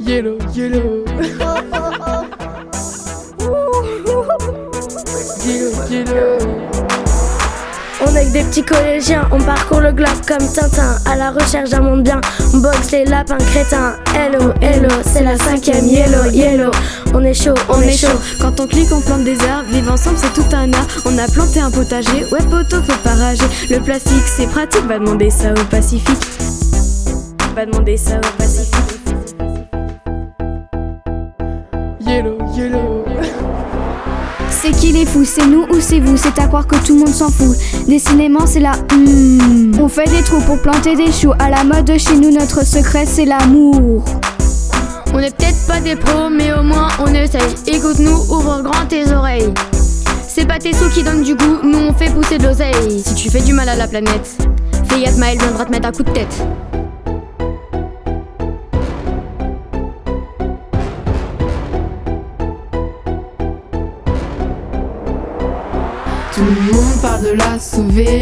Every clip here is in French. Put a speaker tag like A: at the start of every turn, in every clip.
A: Yellow, yellow. yellow, yellow.
B: On est que des petits collégiens, on parcourt le globe comme Tintin, à la recherche d'un monde bien, on boxe les lapins crétins. Hello, hello, c'est la cinquième, yellow, yellow. On est chaud, on, est chaud.
C: Quand on clique, on plante des arbres. Vivre ensemble, c'est tout un art. On a planté un potager. Ouais, poteau, faut pas rager. Le plastique, c'est pratique. Va demander ça au Pacifique. Va demander ça au Pacifique.
A: Yellow, yellow.
D: C'est qui les fous, c'est nous ou c'est vous, c'est à croire que tout le monde s'en fout. Décidément, c'est la hmm. On fait des trous pour planter des choux, à la mode chez nous, notre secret c'est l'amour.
E: On est peut-être pas des pros, mais au moins on essaye. Écoute-nous, ouvre grand tes oreilles. C'est pas tes sous qui donnent du goût, nous on fait pousser de l'oseille. Si tu fais du mal à la planète, fais gaffe, Maël viendra te mettre un coup de tête.
A: Tout le monde parle de la sauver,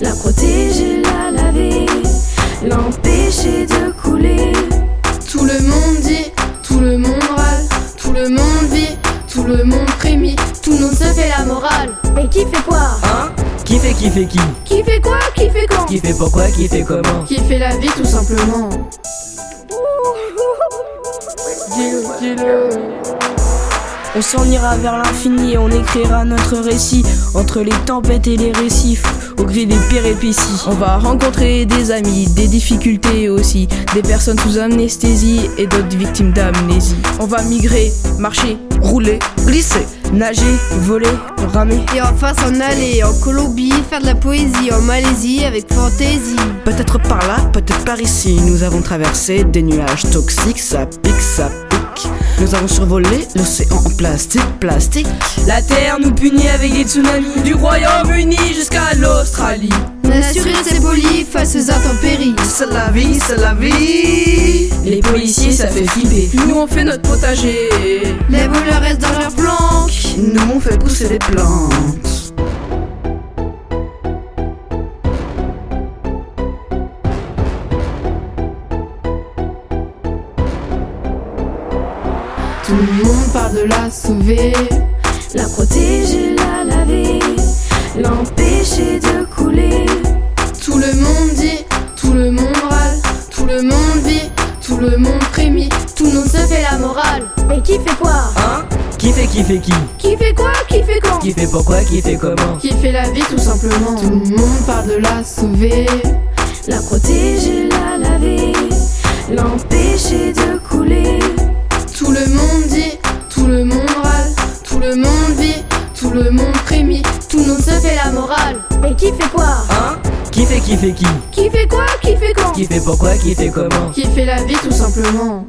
A: la protéger, la laver, l'empêcher de couler. Tout le monde dit, tout le monde râle, tout le monde vit, tout le monde frémit, tout le monde se fait la morale.
B: Mais qui fait quoi
F: Hein Qui fait qui fait qui
A: Qui fait quoi Qui fait quand
F: Qui fait pourquoi Qui fait comment
A: Qui fait la vie tout simplement. Yellow, yellow.
G: On s'en ira vers l'infini et on écrira notre récit entre les tempêtes et les récifs, au gré des péripéties. On va rencontrer des amis, des difficultés aussi, des personnes sous amnésie et d'autres victimes d'amnésie. On va migrer, marcher, rouler, glisser, nager, voler, ramer.
H: Et enfin s'en aller en Colombie, faire de la poésie en Malaisie avec fantaisie.
I: Peut-être par là, peut-être par ici. Nous avons traversé des nuages toxiques, ça pique, ça pique. Nous avons survolé l'océan en plastique, plastique.
G: La terre nous punit avec des tsunamis, du Royaume-Uni jusqu'à l'Australie.
H: Nature c'est poli face aux intempéries.
I: C'est la vie, c'est la vie.
G: Les policiers, ça fait flipper. Nous, on fait notre potager.
H: Les voleurs restent dans leur planque.
I: Nous on fait pousser des plantes.
A: Tout le monde parle de la sauver, la protéger, la laver, l'empêcher de couler. Tout le monde dit, tout le monde râle, tout le monde vit, tout le monde frémit, tout le monde se fait la morale.
B: Mais qui fait quoi
F: Hein Qui fait qui fait qui
A: Qui fait quoi Qui fait quand
F: Qui fait pourquoi Qui fait comment
A: Qui fait la vie tout simplement. Tout le monde parle de la sauver, la protéger, la laver, l'empêcher de couler. Tout le monde dit, tout le monde râle, tout le monde vit, tout le monde frémit, tout le monde se fait la morale.
B: Mais qui fait quoi
F: Hein Qui fait qui fait qui
A: Qui fait quoi Qui fait quand
F: Qui fait pourquoi Qui fait comment
A: Qui fait la vie tout simplement.